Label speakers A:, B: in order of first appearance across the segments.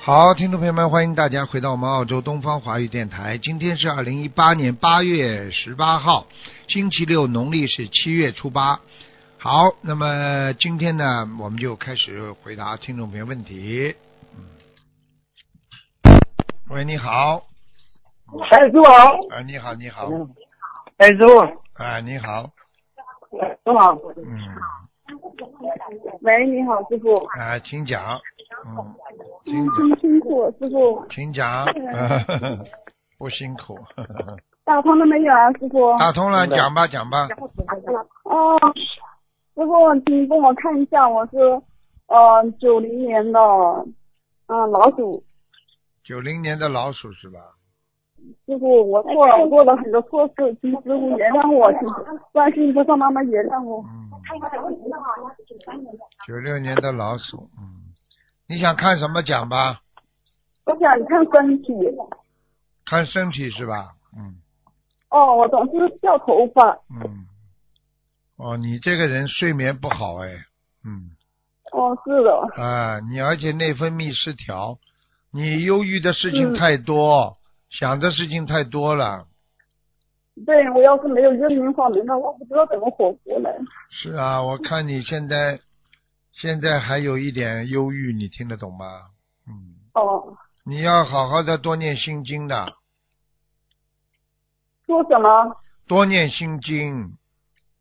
A: 好，听众朋友们，欢迎大家回到我们澳洲东方华语电台。今天是二零一八年八月十八号，星期六，农历是七月初八。好，那么今天呢，我们就开始回答听众朋友问题。嗯，喂，你好，
B: 哎，师傅好，
A: 啊，你好，你好，
B: 哎，师傅，
A: 啊，你好，
B: 师傅好，
A: 嗯，
B: 喂，你好，师傅，嗯
A: 啊，请讲，嗯，请讲，
B: 辛辛苦师傅，
A: 请讲，嗯 不辛苦，
B: 打通了没有啊，师傅？
A: 打通了，讲吧，讲吧，
B: 哦，师傅，请帮我看一下，我是呃九零年的，嗯、老鼠，
A: 九零年的老鼠是吧？
B: 哎师傅，我错了，我做了很多错事，请师傅原谅我，请观世音菩萨妈妈原谅我。
A: 嗯，九六年的老鼠，嗯，你想看什么讲吧？
B: 我想看身体，
A: 看身体是吧？嗯
B: 哦，我总是掉头发，
A: 嗯，哦，你这个人睡眠不好哎，嗯
B: 哦，是的，
A: 啊，你而且内分泌失调，你忧郁的事情太多，想的事情太多了。
B: 对我要是没有认命法门的，我不知道怎么活过来。
A: 是啊，我看你现在现在还有一点忧郁，你听得懂吗？嗯，
B: 哦，
A: 你要好好的多念心经的，
B: 说什么？
A: 多念心经。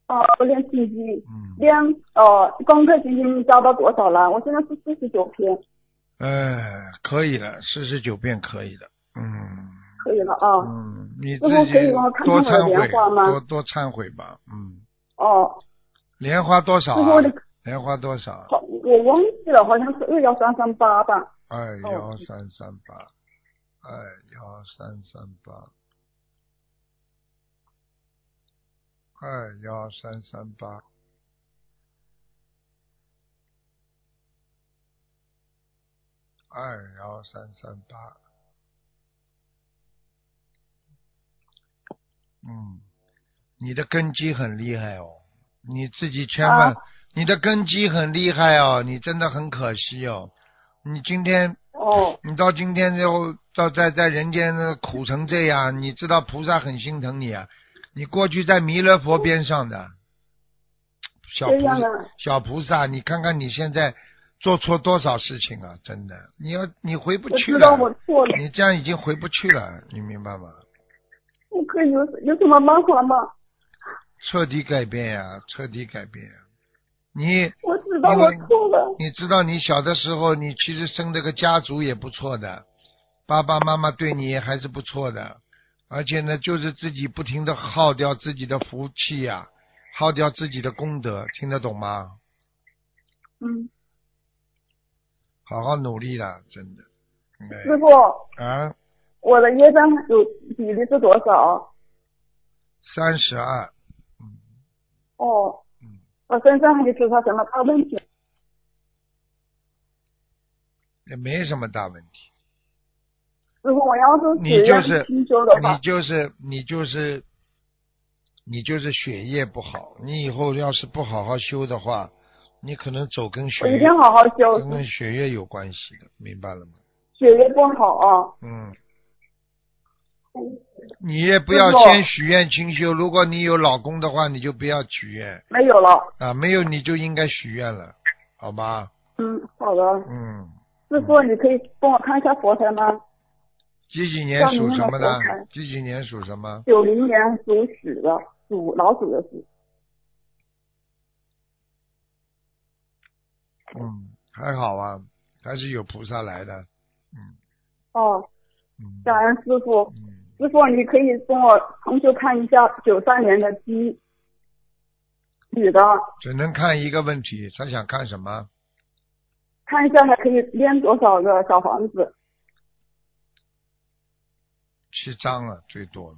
B: 哦，我练心经，
A: 嗯，
B: 练呃功课心经教到多少了？我现在是四十九篇，
A: 哎，可以了，四十九遍可以的。嗯
B: 可以了啊。
A: 嗯，你自
B: 那我
A: 己
B: 可以吗看
A: 多
B: 看我的
A: 忏悔，
B: 莲花吗
A: 多多忏悔吧。嗯，
B: 哦，
A: 莲花多少
B: 师傅我
A: 啊
B: 的？哦
A: 莲花多少啊？
B: 好，我忘记了，好像是二幺三三八吧。
A: 二幺
B: 哦
A: 三三八，二幺三三八，二幺三三八。二幺三三八，嗯，你的根基很厉害哦，你自己千万，
B: 啊
A: 你的根基很厉害哦，你真的很可惜哦，你今天
B: 哦，
A: 你到今天就到在在人间呢苦成这样，你知道菩萨很心疼你啊！你过去在弥勒佛边上的小菩
B: 这样
A: 萨
B: 啊，
A: 小菩萨，你看看你现在做错多少事情啊！真的，你要你回不
B: 我
A: 去
B: 知道
A: 了，
B: 我错了，
A: 你这样已经回不去了，你明白吗？
B: 我可以有有什么办法吗？
A: 彻底改变呀、彻底改变、你
B: 我知道我错了，
A: 你知道，你小的时候，你其实生这个家族也不错的，爸爸妈妈对你还是不错的，而且呢，就是自己不停的耗掉自己的福气呀、耗掉自己的功德，听得懂吗？
B: 嗯，
A: 好好努力啦，真的。
B: 师
A: 哎
B: 傅，
A: 啊，
B: 我的业障有比例是多少？
A: 三十二，
B: 哦
A: 嗯，
B: 我身上还出现什么大问题？
A: 也没什么大问题。
B: 如果我要是
A: 你
B: 只
A: 就
B: 愿
A: 是
B: 清修的
A: 你
B: 话，
A: 就是你就是你就是血液不好，你以后要是不好好修的话，你可能走跟血
B: 我一
A: 液
B: 定好好修，
A: 跟血液有关系的，明白了吗？
B: 血液不好啊。
A: 嗯，你也不要
B: 师傅
A: 先许愿清修。如果你有老公的话，你就不要许愿
B: 没有了。
A: 啊，没有你就应该许愿了，好吧？
B: 嗯，好的。
A: 嗯，
B: 师傅，你可以帮我看一下佛台吗？
A: 几几年属什么的
B: 上面那个佛台？
A: 几几年属什么？
B: 九零年属鼠的，属老鼠的鼠。
A: 嗯，还好啊，还是有菩萨来的。
B: 哦，
A: 嗯
B: 感恩师傅。
A: 嗯。
B: 师傅，你可以帮我同修看一下九三年的鸡，女的，
A: 只能看一个问题，他想看什么？
B: 看一下还可以练多少个小房子？
A: 七张啊，最多了。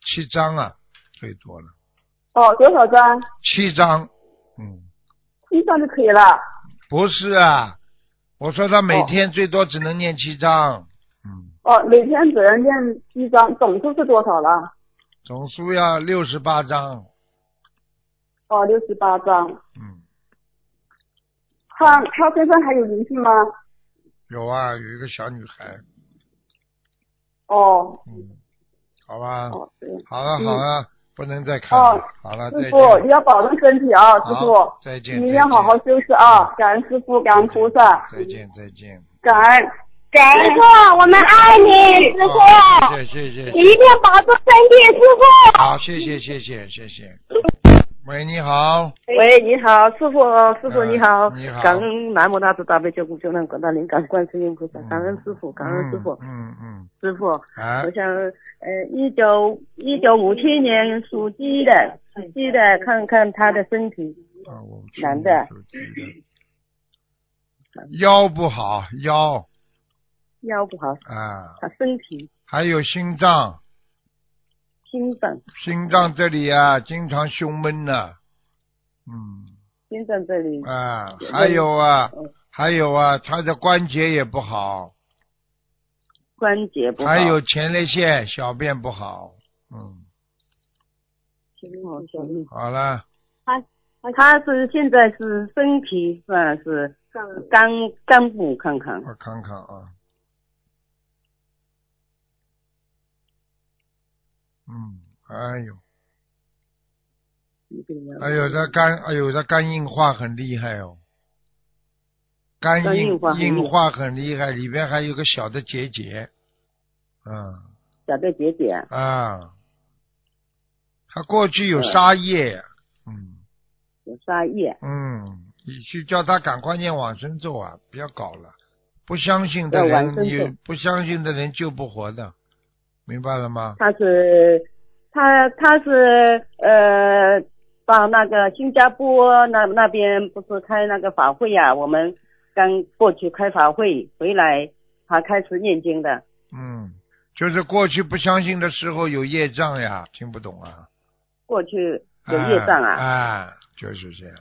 A: 七张啊，最多了。
B: 哦，多少张？
A: 七张，嗯，
B: 一张就可以了。
A: 不是啊，我说他每
B: 哦
A: 天最多只能念七张，嗯，
B: 哦，每天只能练一张，总数是多少了？
A: 总数要六十八张，
B: 哦，六十八张。
A: 嗯，
B: 他他身上还有灵性吗？
A: 有啊，有一个小女孩，
B: 哦
A: 嗯，好吧，
B: 哦，对，
A: 好了
B: 嗯
A: 好了，不能再看了
B: 哦，
A: 好了，再见，
B: 师傅你要保重身体啊，师傅
A: 啊好，再见，
B: 你一定
A: 再
B: 要
A: 见
B: 好好修饰啊，感恩师傅，感恩菩萨，
A: 再见再见，
B: 感恩。
C: 师傅，我们爱你，师
A: 好
C: 傅，
A: 谢谢谢
C: 你
A: 谢，
C: 一定要保重身体，师傅。
A: 好，哦谢谢谢谢谢谢。喂，你好，
D: 喂，你好，师傅，哦师傅
A: 嗯
D: 你好，
A: 你好
D: 感恩南无大慈大悲救苦救难广大灵感观世音菩萨，感恩师傅，感恩师傅，
A: 嗯嗯，
D: 师傅，
A: 嗯啊
D: 我，想，呃，一九一九五七年属鸡的，属鸡的，看看他的身体，
A: 啊我去
D: 男的
A: 手机了腰不好，腰
D: 腰不好，
A: 啊，
D: 他身体
A: 还有心脏，
D: 心脏，
A: 心脏这里啊，经常胸闷呢、嗯
D: 心脏这里，
A: 啊，还有啊
D: 嗯，
A: 还有啊，他的关节也不好，
D: 关节不好，
A: 还有前列腺、小便不好，嗯，
D: 心好小力
A: 好了，
D: 他是现在是身体算是肝肝部看看，
A: 我看看啊，嗯，哎呦，哎呦，他肝，哎呦，他肝硬化很厉害哦，肝
D: 肝
A: 硬
D: 硬化很
A: 硬化很厉
D: 厉害
A: 害，里边还有个小的结节，嗯
D: 小的结节，
A: 啊，他过去有沙叶，嗯
D: 有沙叶。
A: 嗯，你去叫他赶快念往生咒啊，不要搞了，不相信的
D: 要往
A: 人，
D: 生
A: 你
D: 咒
A: 不相信的人救不活的，明白了吗？
D: 他是他他是呃，到那个新加坡那那边不是开那个法会呀、我们刚过去开法会回来，他开始念经的。
A: 嗯，就是过去不相信的时候有业障呀，听不懂啊，
D: 过去有业障
A: 啊，
D: 啊，
A: 啊就是这样。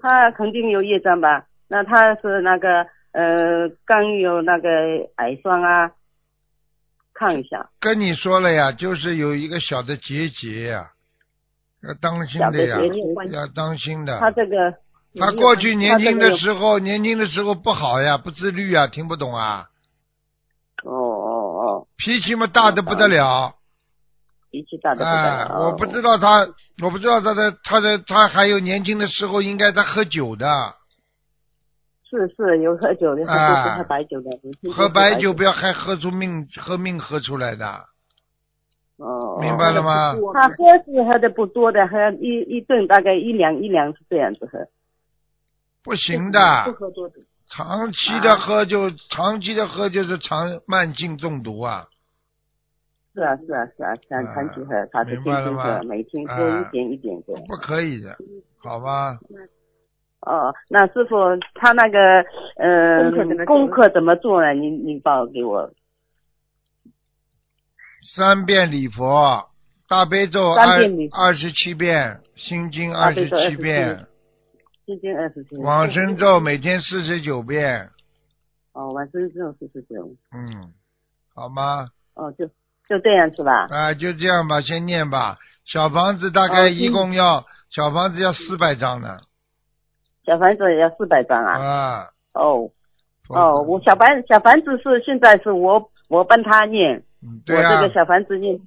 D: 他肯定有业障吧？那他是那个呃，刚有那个癌霜啊，看一下
A: 跟你说了呀，就是有一个小的结节呀、要当心
D: 小的
A: 的呀，
D: 结节。
A: 要当心的。
D: 他这个
A: 他过去年轻的
D: 候
A: 时候，年轻的时候不好呀，不自律啊，听不懂啊，
D: 哦哦哦，
A: 脾气嘛大的不得了。
D: 脾气哦大的不得
A: 哎，
D: 了。哦
A: 我不知道他，我不知道他的，他的，他还有年轻的时候应该他喝酒的，
D: 是是有喝酒的，喝
A: 啊
D: 就是喝白酒的，我听说
A: 喝白酒
D: 喝
A: 不要还喝出命，喝命喝出来的，
D: 哦，
A: 明白了吗？
D: 他喝是喝的不多的，喝一一顿大概一两一两是这样子喝。
A: 不行的，长期
D: 啊
A: 的喝就、长期的喝就是长慢性中毒啊。
D: 是啊是啊是啊，长
A: 啊
D: 长期喝，他是
A: 明
D: 天
A: 白了
D: 天
A: 吗
D: 喝，每天
A: 啊
D: 喝一点一点的。
A: 不可以的，好吧？
D: 哦，那师傅他那个呃功课怎么做呢？你你报给我
A: 三遍礼佛，大悲咒
D: 三
A: 二
D: 遍礼佛
A: 二十七遍，心经
D: 大
A: 二
D: 悲
A: 十
D: 咒27
A: 七遍，
D: 嗯一斤二十斤。
A: 往生咒每天四十九遍，
D: 哦，晚生之后是是是，
A: 嗯，好吗？
D: 哦就就这样是吧？
A: 啊，就这样吧，先念吧。小房子大概
D: 哦
A: 一共要、小房子要四百张呢
D: 小房子也要四百张啊。
A: 啊。
D: 哦，
A: 否则
D: 哦，我小房小房子是现在是我我帮他念，
A: 嗯对
D: 我
A: 啊
D: 这个，小房子念，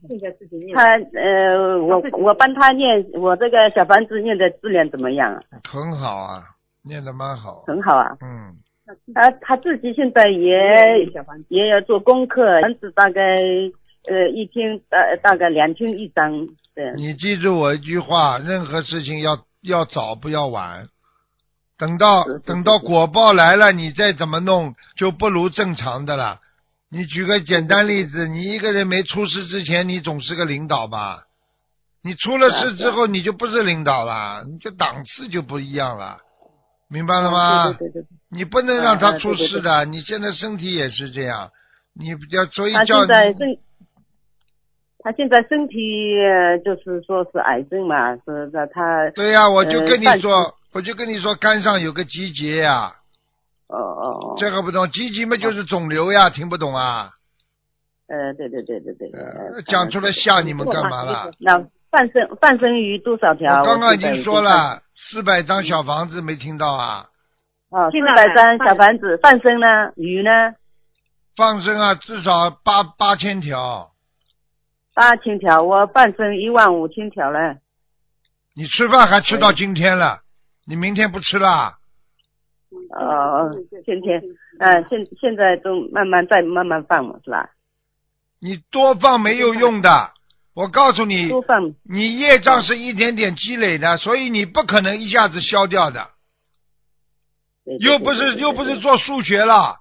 D: 他呃，我我帮他念，我这个小房子念的质量怎么样啊？
A: 很好啊，念的蛮好。
D: 很好啊。
A: 嗯，
D: 他他自己现在也也要做功课，房子大概呃一天大大概两天一张这样。
A: 你记住我一句话，任何事情要要早不要晚，等到
D: 是是
A: 等到
D: 是
A: 果报来了，你再怎么弄就不如正常的了。你举个简单例子，你一个人没出事之前，你总是个领导吧？你出了
D: 啊
A: 事之后，你就不是领导了，你这档次就不一样了，明白了吗？
D: 啊对对对对，
A: 你不能让他
D: 嗯嗯
A: 出
D: 对对
A: 事的，你现在身体也是这样，你要所以
D: 他
A: 叫
D: 现在
A: 你
D: 身，他现在身体呃就是说是癌症嘛，是那他
A: 对呀、我就
D: 呃
A: 跟你
D: 但是
A: 说，我就跟你说，肝上有个结节呀、
D: 哦哦哦，
A: 这个不懂，结节嘛就是肿瘤呀，听不懂啊？
D: 呃对对对对对，呃
A: 讲出来吓你们干嘛啦？
D: 那半生半生鱼多少条？
A: 我刚刚已
D: 现在
A: 经说了，四百张小房子没听到啊？
D: 啊，四
E: 现在
D: 百张
E: 办
D: 小房子，放生呢，鱼呢，
A: 放生啊，至少八八千条。
D: 八千条，我放生一万五千条了。
A: 你吃饭还吃到今天了，你明天不吃啦？
D: 呃，今天，呃，现现在都慢慢在慢慢放嘛，是吧？
A: 你多放没有用的。我告诉你，
D: 多放
A: 你业障是一点点积累的，所以你不可能一下子消掉的。
D: 对 对
A: 又不
D: 对
A: 是
D: 对
A: 又不
D: 对
A: 是做数学了，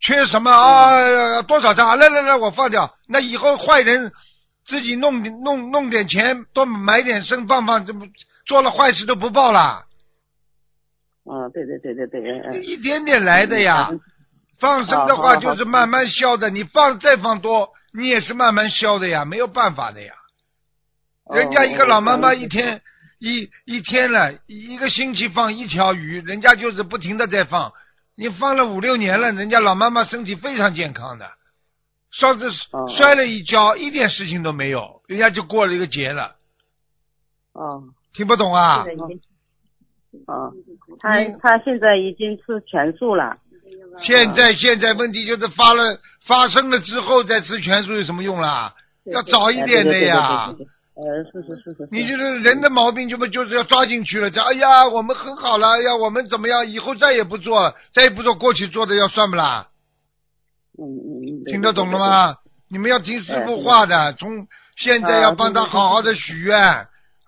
A: 缺什么啊？多少张啊？来来来，我放掉。那以后坏人自己弄弄弄点钱，多买点生放放，这不做了坏事都不报啦？
D: 嗯，对对对对对，嗯嗯
A: 一点点来的呀。放生的
D: 好
A: 话
D: 好
A: 就是慢慢消的，你放再放多，你也是慢慢消的呀，没有办法的呀。
D: 哦
A: 人家一个老妈妈
D: 哦
A: 一天一一天了，一个星期放一条鱼，人家就是不停的在放。你放了五六年了，人家老妈妈身体非常健康的，上次
D: 哦
A: 摔了一跤，一点事情都没有，人家就过了一个节了。
D: 哦
A: 听不懂啊？
D: 哦，他他现在已经吃全素了，
A: 现在现在问题就是发了发生了之后再吃全素有什么用啦？要早
D: 好
A: 一点的呀。。
D: 对对对对对呃，是是是是。
A: 你就是是人的毛病，就不就是要抓进去了？这哎呀，我们很好了，哎呀，我们怎么样？以后再也不做了，再也不做过去做的，要算不啦？
D: 嗯嗯嗯，对
A: 听得懂了？吗？你们要听师傅话的，从现在要帮他好好的许愿，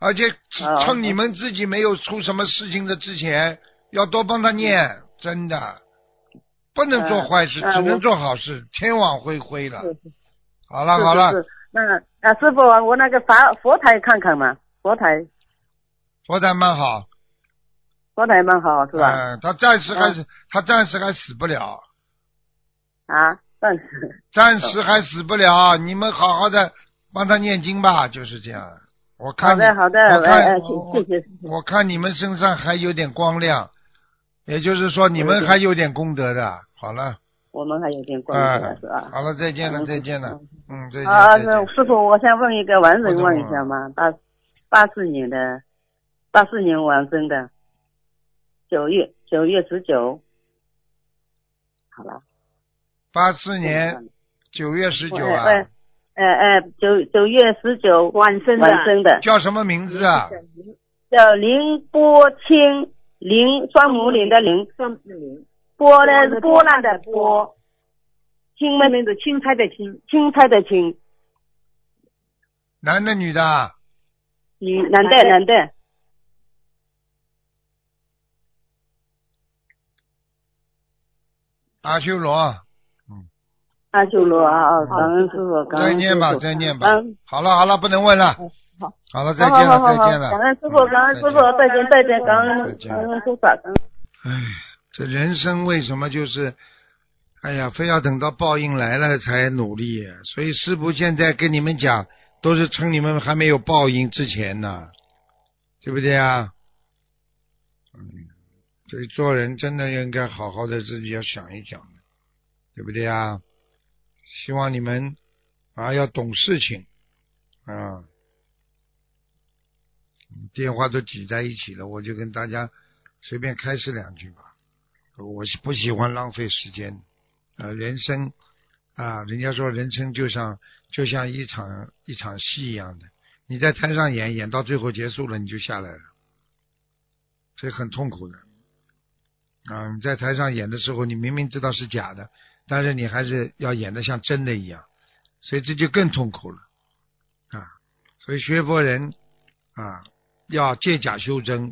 A: 而且
D: 啊
A: 趁你们自己没有出什么事情的之前，要多帮他念，
D: 嗯
A: 真的，不能做坏事，
D: 啊啊
A: 只能
D: 我
A: 做好事，天网恢恢了
D: 是。
A: 好
D: 对
A: 了
D: 对对
A: 啊好
D: 是是
A: 了，
D: 是那啊，师傅，我那个佛佛台看看嘛，佛台
A: 佛台蛮好，
D: 佛台蛮好，是吧？
A: 嗯，他暂时还是他暂时还死不了。嗯
D: 啊，但是
A: 暂时还死不了，你们好好的帮他念经吧，就是这样。我看
D: 好的好的，
A: 我看、
D: 呃，呃
A: 我
D: 谢谢谢谢。
A: 我看你们身上还有点光亮，也就是说你们还有点功德的。好了，
D: 我们还有点关系
A: 啊
D: 了，是吧？
A: 好了，再见了，
D: 嗯
A: 再见了，嗯，再见。
D: 啊，
A: 再见
D: 那师傅，我想问一个完人问一下嘛，八八四年的，八四年完生的，九月九月十九，好了，
A: 八四年九月十
D: 喂
A: 九啊，
D: 喂，嗯呃呃，九九月十九
E: 晚生的，
D: 完生的，
A: 叫什么名字
D: 嗯
A: 啊？
D: 叫林波清，林双母林的林，
E: 算不灵，
D: 波呢是波浪的波，青
E: 那
D: 呢
E: 边的青菜的青，
D: 青菜的青，
A: 男的女的啊？
D: 女男的男的，
A: 阿修罗，
D: 阿修罗啊，哦感恩师傅，感
A: 再
D: 恩师
A: 念吧，
D: 傅，
A: 再念吧
D: 嗯。
A: 好了好了，不能问了。好了，再
D: 好
A: 见了，
D: 好好
A: 再
D: 好
A: 见了。
D: 感恩师
A: 嗯
D: 傅，感恩师
A: 再
D: 傅
A: 见，
D: 再见再见，感
A: 再
D: 恩
A: 见
D: 感恩师傅，感恩。
A: 唉，这人生为什么就是，哎呀，非要等到报应来了才努力、啊所以师傅现在跟你们讲，都是趁你们还没有报应之前呢，对不对啊？嗯，所以做人真的应该好好的自己要想一想，对不对啊？希望你们啊要懂事情啊。电话都挤在一起了，我就跟大家随便开示两句吧。我是不喜欢浪费时间，呃，人生啊，人家说人生就像就像一场一场戏一样的，你在台上演，演到最后结束了，你就下来了，这很痛苦的。啊，你在台上演的时候，你明明知道是假的，但是你还是要演的像真的一样，所以这就更痛苦了啊。所以学佛人啊，要借假修真，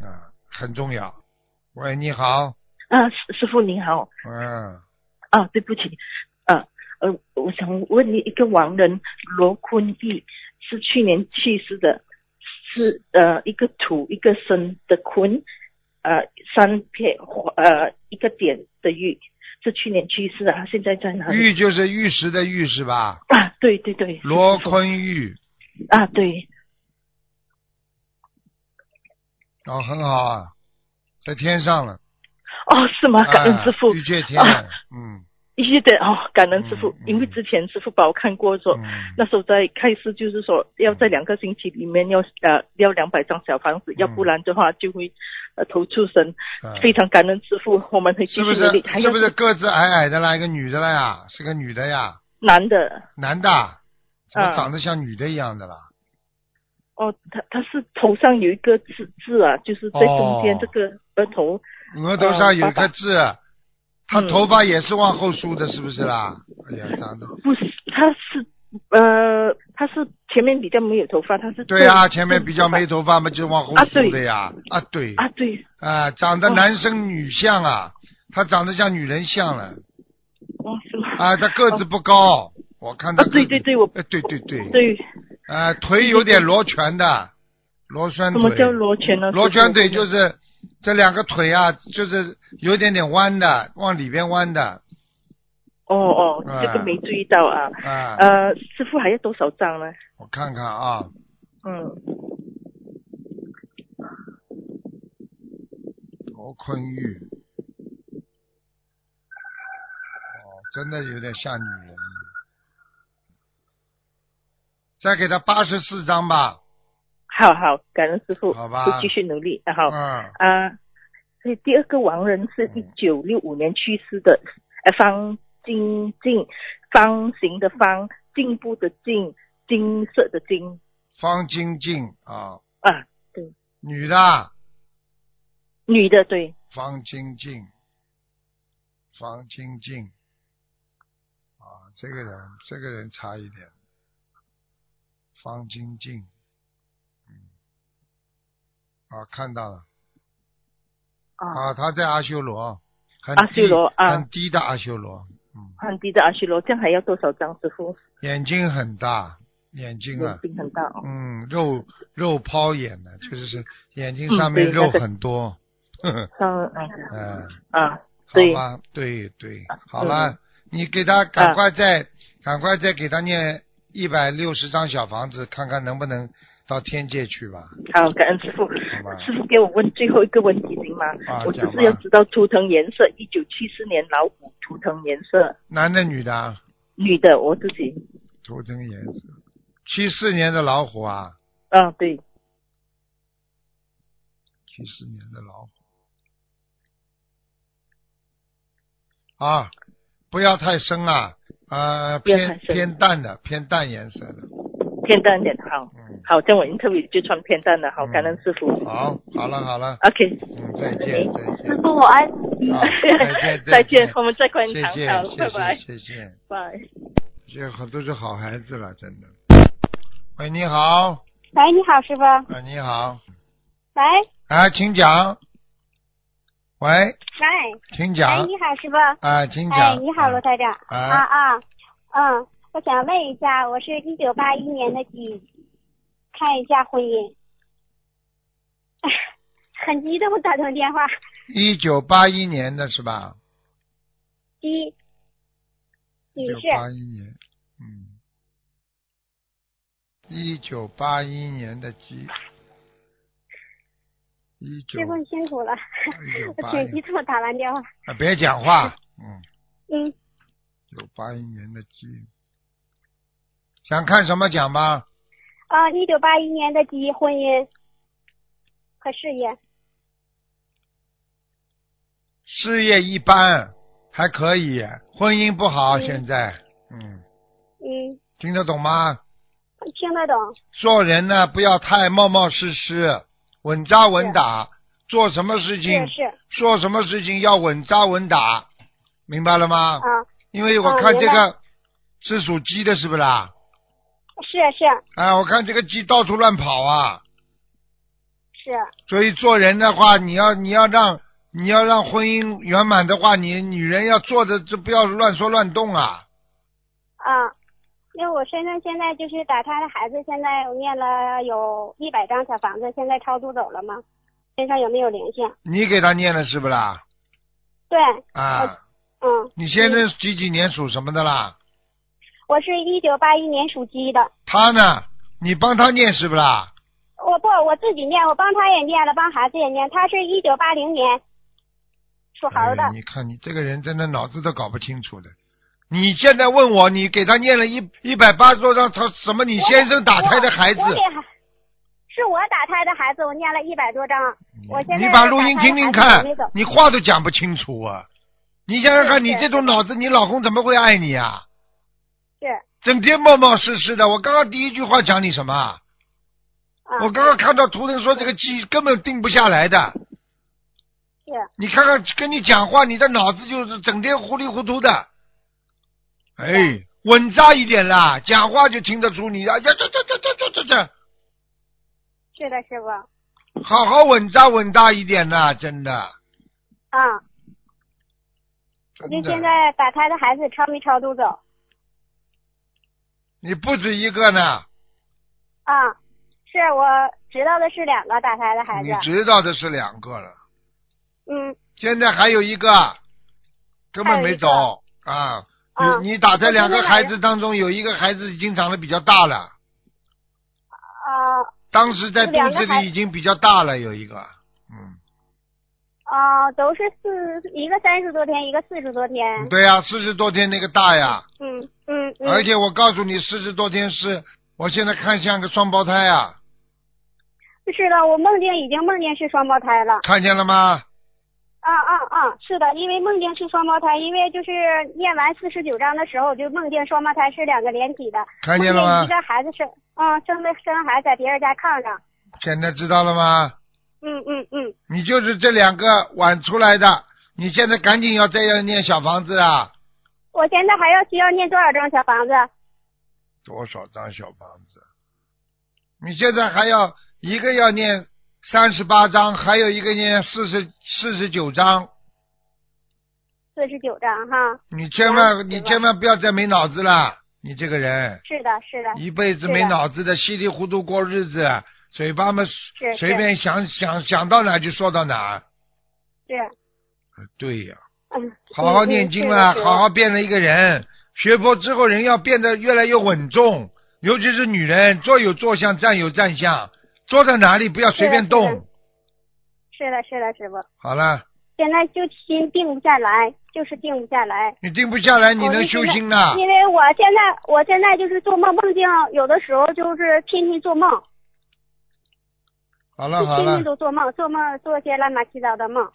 A: 啊，很重要。喂，你好，
B: 嗯
F: 啊，师师傅您好，
A: 嗯，
F: 啊，对不起，呃呃，我想问你，一个亡人罗坤义是去年去世的，是呃一个土一个生的坤，呃三撇花呃一个点的玉，是去年去世的，他现在在哪里？
A: 嗯玉就是玉石的玉是吧？
F: 啊，对对对，
A: 罗坤玉，
F: 啊对，
A: 哦，很好啊，在天上了，
F: 哦是吗？感恩
A: 哎
F: 师傅，啊
A: 玉界天了，嗯，
F: 一点哦，感恩师傅
A: 嗯，嗯
F: 因为之前师傅把我看过说，
A: 嗯
F: 那时候在开始就是说要在两个星期里面要呃要两百张小房子，要不然的话就会呃投畜生。
A: 嗯
F: 非常感恩师傅，我们会继续
A: 是不
F: 努
A: 是
F: 力。还
A: 是
F: 有
A: 不是个子矮矮的啦？一个女的啦呀，是个女的呀，
F: 男的
A: 男的啊，怎么
F: 嗯
A: 长得像女的一样的啦？
F: 哦，他他是头上有一个痣痣啊，就是在中间
A: 哦
F: 这个额头。
A: 额头上有一颗
F: 呃
A: 痣，她
F: 嗯
A: 头发也是往后梳的，是不是啦？哎呀，长得
F: 不是，他是呃，他是前面比较没有头发，他是
A: 对呀、
F: 正
A: 前面比较没头发嘛，就往后
F: 嗯啊
A: 梳
F: 对
A: 的呀。啊，对，
F: 啊，对，
A: 啊，长得
F: 哦
A: 男生女相啊，他长得像女人像了
F: 哦是吗？
A: 啊，他个子不高，我看他
F: 啊
A: 个子、
F: 对对对我
A: 哎对对对，
F: 对，
A: 啊，腿有点螺旋的，螺旋
F: 什么
A: 腿，
F: 叫螺旋呢？
A: 螺旋腿就是是这两个腿啊，就是有点点弯的，往里边弯的
F: 哦哦，这
A: 啊
F: 个没注意到啊。
A: 啊，
F: 呃，师傅还要多少张呢？
A: 我看看啊，
F: 嗯，
A: 罗坤玉，哦，真的有点像女人。再给他八十四张吧，
F: 好好，感恩师傅，
A: 好吧
F: 会继续努力。啊好
A: 嗯，
F: 啊，所以第二个亡人是一
A: 嗯
F: 九六五年去世的，呃，方金进，方形的方，进步的进，金色的金
A: 方晶晶啊，
F: 啊，
A: 女的，
F: 女的对，
A: 方晶晶，方晶晶，啊，这个人，这个人差一点，方晶晶，嗯，啊，看到了，
F: 啊，
A: 啊，他在阿修罗，很
F: 阿修
A: 低
F: 罗啊
A: 很低的阿修罗，嗯，
F: 很低的阿修罗，这样还要多少张？师傅
A: 眼睛很大，眼睛啊
F: 眼，睛很大哦，
A: 嗯，肉肉抛眼的，就是眼睛
F: 嗯
A: 上面
F: 对
A: 肉
F: 那个
A: 很多，呵呵，
F: 上嗯
A: 嗯。
F: 啊，
A: 好
F: 对
A: 吧，对对
F: 啊，
A: 好了，你给他赶快再、赶快再给他念一百六十张小房子，看看能不能到天界去吧，
F: 好，感恩师傅。
A: 好吧？
F: 师傅给我问最后一个问题行吗？
A: 啊
F: 我只
A: 讲吧
F: 是要知道图腾颜色，一九七四年老虎图腾颜色，
A: 男的女的啊？
F: 女的我自己。
A: 图腾颜色，七四年的老虎啊，
F: 啊，对，
A: 七四年的老虎啊，不要太深啊，呃，
F: 不要
A: 偏
F: 太深
A: 偏淡的，偏淡颜色的，
F: 偏淡一点好。
A: 嗯，
F: 好，这样我 interview 就穿偏淡的，好，
A: 嗯
F: 感恩师傅。
A: 好，好了好了，
F: OK，
A: 嗯，再见再见
C: 师，傅，我爱你。
A: 啊，再见
F: 再 见，我们再观
A: 谢谢，
F: 察
A: 谢
F: 好，拜拜，
A: 谢谢谢，
F: 拜。
A: 这些好都是好孩子了，真的。喂，你好，
C: 喂，你好，师傅。
A: 啊，你好，
C: 喂，
A: 啊，请讲。喂，
C: 喂，
A: 请
C: 喂，
A: 讲，
C: 哎你好，师傅。
A: 啊，请
C: 哎，
A: 讲。
C: 你好，罗台长。
A: 啊
C: 啊啊，嗯，我想问一下，我是一九八一年的鸡，看一下婚姻。 哎很激动打通电话，
A: 一九八一年的是吧？
C: 鸡
A: 一
C: 女
A: 九
C: 士
A: 八一年，嗯，一九八一年的鸡，一九
C: 师傅你辛苦了， 我
A: 1981
C: 挺激动打完电话。
A: 啊，别讲话，嗯，
C: 嗯，
A: 九八一年的鸡，想看什么讲吧？
C: 啊，一九八一年的鸡，婚姻和事业。
A: 事业一般，还可以，婚姻不好，
C: 嗯
A: 现在，嗯，
C: 嗯，
A: 听得懂吗？
C: 听得懂。
A: 做人呢，不要太冒冒失失，稳扎稳打，做什么事情
C: 是，是
A: 做什么事情要稳扎稳打，明白了吗？
C: 啊，
A: 因为我
C: 啊
A: 看
C: 明
A: 这
C: 白
A: 个是属鸡的，是不是啦？
C: 是是
A: 哎，我看这个鸡到处乱跑啊，
C: 是，
A: 所以做人的话，你要你要让你要让婚姻圆满的话，你女人要做的就不要乱说乱动啊。
C: 啊，因为我身上现在就是打他的孩子，现在我念了有一百张小房子，现在超度走了吗？身上有没有灵性？
A: 你给他念了是不啦？
C: 对，
A: 啊，
C: 嗯，
A: 你先生几几年属什么的啦？
C: 我是一九八一年属鸡的。
A: 他呢？你帮他念是不啦？
C: 我不，我自己念，我帮他也念了，帮孩子也念。他是一九八零年属猴的
A: 哎哎，你看你这个人真的脑子都搞不清楚的，你现在问我，你给他念了一一百八十多张，他什么？你先生打胎的孩子
C: 我，我给孩是我打胎的孩子，我念了一百多张。我现在
A: 你把录音听听
C: 打
A: 看
C: 胎的孩子有那种，
A: 你话都讲不清楚啊！你想想看，
C: 是
A: 你
C: 是
A: 这种脑子，你老公怎么会爱你啊？
C: 是
A: 整天冒冒失失的。我刚刚第一句话讲你什么啊？
C: 啊，
A: 我刚刚看到图腾说这个记根本定不下来的。
C: 是
A: 你看看，跟你讲话，你的脑子就是整天糊里糊涂的。哎，稳扎一点啦，讲话就听得出你啊，呀这这这这这这这，
C: 是的，师傅。
A: 好好稳扎稳打一点啦，真的。
C: 啊，
A: 真
C: 就
A: 的
C: 现在打胎的孩子超没超度走？
A: 你不止一个呢，
C: 啊，是我知道的是两个打胎的孩子
A: 你。知道的是两个了，
C: 嗯
A: 现在还有一个根本没
C: 还
A: 走啊。
C: 啊，
A: 你你打在两个
C: 我昨天晚上
A: 孩子当中，有一个孩子已经长得比较大了，
C: 啊
A: 当时在肚
C: 两个
A: 子
C: 孩
A: 里已经比较大了，有一个，嗯。
C: 啊，都是四一个三十多天，一个四十多天。
A: 对呀、四十多天那个大呀，
C: 嗯嗯嗯。
A: 而且我告诉你，四十多天是，我现在看像个双胞胎啊，
C: 是的，我梦见已经梦见是双胞胎了。
A: 看见了吗？
C: 啊啊啊！是的，因为梦见是双胞胎，因为就是念完四十九章的时候，就梦见双胞胎是两个连体的，
A: 看见了
C: 梦
A: 吗
C: 一？个孩子生，嗯，生的生孩子在别人家炕上，
A: 现在知道了吗？
C: 嗯嗯嗯，
A: 你就是这两个晚出来的，你现在赶紧要再要念小房子啊，
C: 我现在还要需要念多少张小房子？
A: 多少张小房子？啊你现在还要一个要念三十八章，还有一个念四十四十九章，
C: 四十九张哈，
A: 你千万
C: 嗯
A: 你
C: 对吧
A: 千万不要再没脑子了，你这个人。
C: 是的，哎是的，
A: 一辈子没脑子的，稀里糊涂过日子，嘴巴嘛
C: 是
A: 随便想想想到哪儿就说到哪儿。
C: 是，
A: 呃对呀、
C: 嗯，
A: 好好念经啦，
C: 嗯是的是的
A: 好好变了一个人。学佛之后，人要变得越来越稳重，尤其是女人，坐有坐相，站有站相，坐在哪里不要随便
C: 是的
A: 动。
C: 是的，是的，师傅，
A: 好了，
C: 现在就心定不下来，就是定不下来。
A: 你定不下来，你
C: 我
A: 能
C: 就
A: 修
C: 哦现在
A: 心呐？
C: 因为我现在，我现在就是做梦，梦见有的时候就是天天做梦，
A: 好
C: 就
A: 了啊好
C: 天
A: 了
C: 天，都做梦，做梦做些乱七八糟的梦。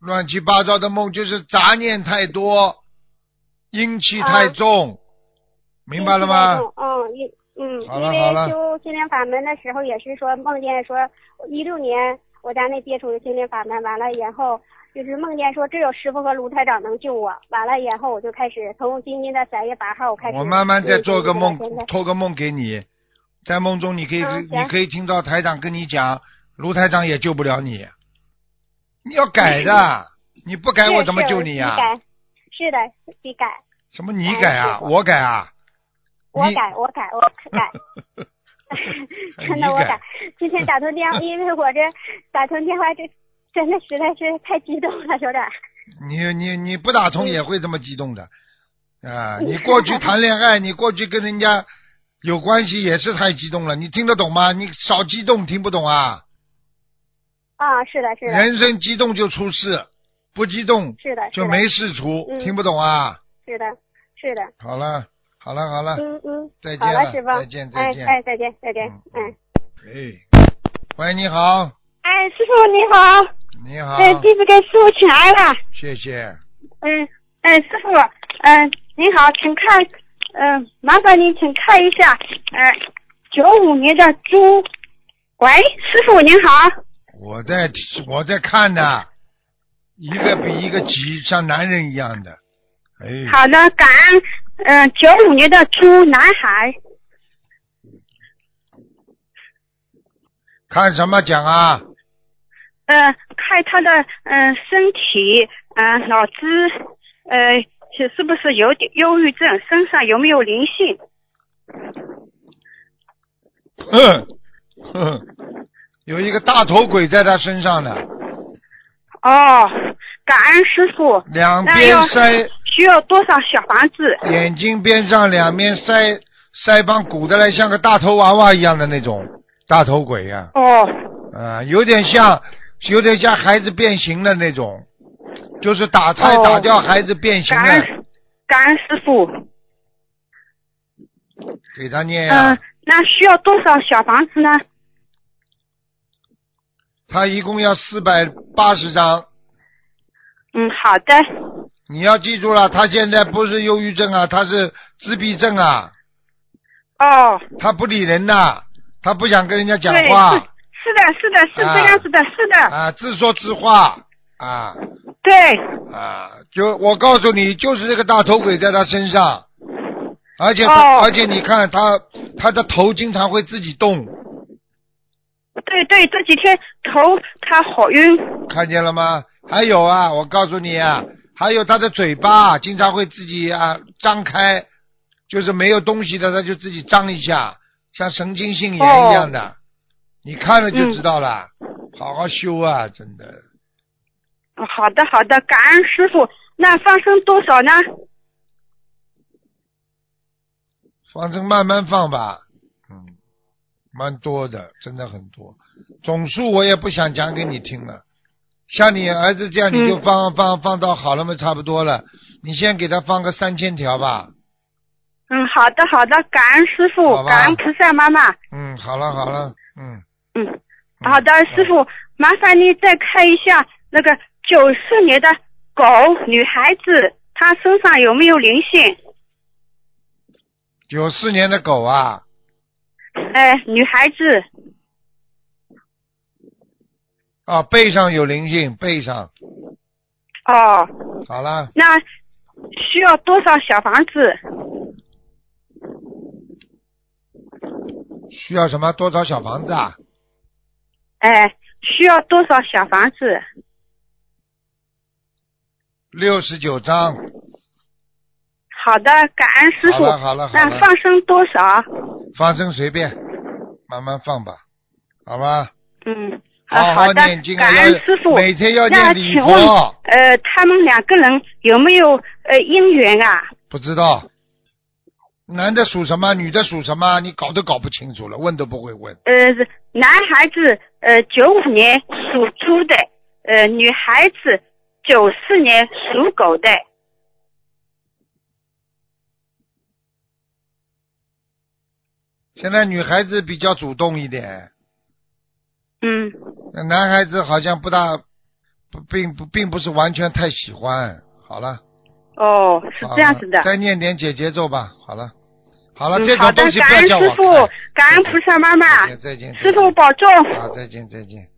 A: 乱七八糟的梦就是杂念太多，阴气太
C: 啊
A: 重，明白了吗？
C: 天气太重？嗯，一嗯，
A: 好
C: 因
A: 了好了
C: 为修心灵法门的时候也是说梦见说，一六年我家那接触的心灵法门，完了以后就是梦见说只有师傅和卢台长能救我，完了以后我就开始从今年的三月八号我开始，
A: 我慢慢再做个梦
C: 真的，
A: 托个梦给你，在梦中你可以、
C: 嗯行
A: 你可以听到台长跟你讲，卢台长也救不了你，你要改的，你不改我怎么救你呀、
C: 改，哎是的，得改，
A: 什么你改啊？
C: 改
A: 我改啊？
C: 我
A: 你
C: 改，我改，我改。真的，
A: 你
C: 我
A: 改
C: 打今天打通电话，因为我这打通电话这真的实在是太激动了，有点儿。
A: 你你你不打通
C: 嗯
A: 也会这么激动的，啊！你过去谈恋 爱，你过去跟人家有关系也是太激动了，你听得懂吗？你少激动，听不懂啊？
C: 啊，是的，是的，
A: 人生激动就出事，不激动
C: 是的，是
A: 就
C: 的，
A: 没事出，
C: 嗯
A: 听不懂啊？
C: 是的，是的，
A: 好了，好了，好了，
C: 嗯嗯，
A: 啊再见
C: 好
A: 了，
C: 了，师傅，
A: 再见，再
C: 哎
A: 见。
C: 哎，再见，再见
A: 嗯，
C: 嗯。
A: 哎，喂，你好，
E: 哎，师傅你好，
A: 你好，
E: 哎，弟子给师傅请安了。
A: 谢谢。
E: 嗯，哎，师傅，嗯，您好，请看，嗯，麻烦您请看一下，呃，九五年的猪。喂，师傅您好。
A: 我在我在看呢，一个比一个急，像男人一样的。哎，
E: 好的，感恩。嗯，九五年的猪，男孩。
A: 看什么讲啊？
E: 呃，看他的嗯、呃身体，嗯、脑子，呃，是是不是有点忧郁症？身上有没有灵性？
A: 哼哼，有一个大头鬼在他身上呢，
E: 哦，感恩师傅。
A: 两
C: 哎
E: 那
A: 边
E: 要
A: 腮
E: 需要多少小房子？
A: 眼睛边上两面腮腮帮鼓得来，像个大头娃娃一样的那种大头鬼呀、
E: 哦，
A: 啊，有点像，有点像孩子变形的那种，就是打胎
E: 哦
A: 打掉孩子变形
E: 感
A: 了。
E: 恩感感恩师傅。
A: 给他念啊
E: 嗯、
A: 呀、
E: 那需要多少小房子呢？
A: 他一共要四百八十张。
E: 嗯，好的。
A: 你要记住了，他现在不是忧郁症啊，他是自闭症啊，
E: 哦，
A: 他不理人呐、他不想跟人家讲
E: 对，
A: 话
E: 是是的，是的，是
A: 啊
E: 这样子的，是的，
A: 啊，自说自话啊
E: 对，
A: 啊！就我告诉你，就是这个大头鬼在他身上，而且他、
E: 哦
A: 而且你看他他的头经常会自己动，
E: 对对，这几天头他好晕。
A: 看见了吗？还有啊，我告诉你啊，还有他的嘴巴经常会自己啊张开，就是没有东西的，他就自己张一下，像神经性炎一样的，你看了就知道了。好好修啊，真的，
E: 哦好的，好的，感恩师傅。那放生多少呢？
A: 反正慢慢放吧，嗯，蛮多的，真的很多，总数我也不想讲给你听了。像你儿子这样，你就
E: 嗯
A: 放、放放到好了嘛，差不多了。你先给他放个三千条吧。
E: 嗯，好的，好的，感恩师
A: 好
E: 傅，
A: 吧
E: 感恩菩萨妈妈。
A: 嗯，好了好了，嗯。
E: 嗯，
A: 嗯
E: 好的，师傅，麻烦您再看一下那个九四年的狗女孩子，她身上有没有灵性？
A: 九四年的狗啊，
E: 哎，女孩子，
A: 啊，背上有灵性，背上。
E: 哦，
A: 好了，
E: 那需要多少小房子？
A: 需要什么？多少小房子啊？
E: 哎，需要多少小房子？
A: 六十九张。
E: 好的，感恩师
A: 好
E: 傅。
A: 了好了好
E: 那
A: 了，
E: 放生多少？
A: 放生随便，慢慢放吧，好吧？
E: 嗯，
A: 好
E: 啊，
A: 好
E: 的
A: 念经，啊，
E: 感恩师
A: 要
E: 傅。
A: 每天要
E: 那
A: 念礼
E: 请问
A: 佛，，
E: 呃，他们两个人有没有呃姻缘啊？
A: 不知道。男的属什么，女的属什么，你搞都搞不清楚了，问都不会问。
E: 呃，男孩子呃九五年属猪的，呃，女孩子九四年属狗的。
A: 现在女孩子比较主动一点，
E: 嗯，
A: 那男孩子好像不大，不并不并不是完全太喜欢。好了。
E: 哦，是这样子的
A: 好了。再念点解节奏吧。好了，好了，
E: 嗯
A: 这
E: 好
A: 种
E: 的
A: 东，西
E: 感
A: 不要叫
E: 恩
A: 我看。嗯
E: 师傅，感恩菩萨妈
A: 再
E: 妈，
A: 见，再见，啊
E: 师傅保重。
A: 好，再见，再见。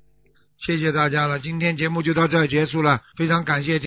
A: 谢谢大家了，今天节目就到这儿结束了，非常感谢。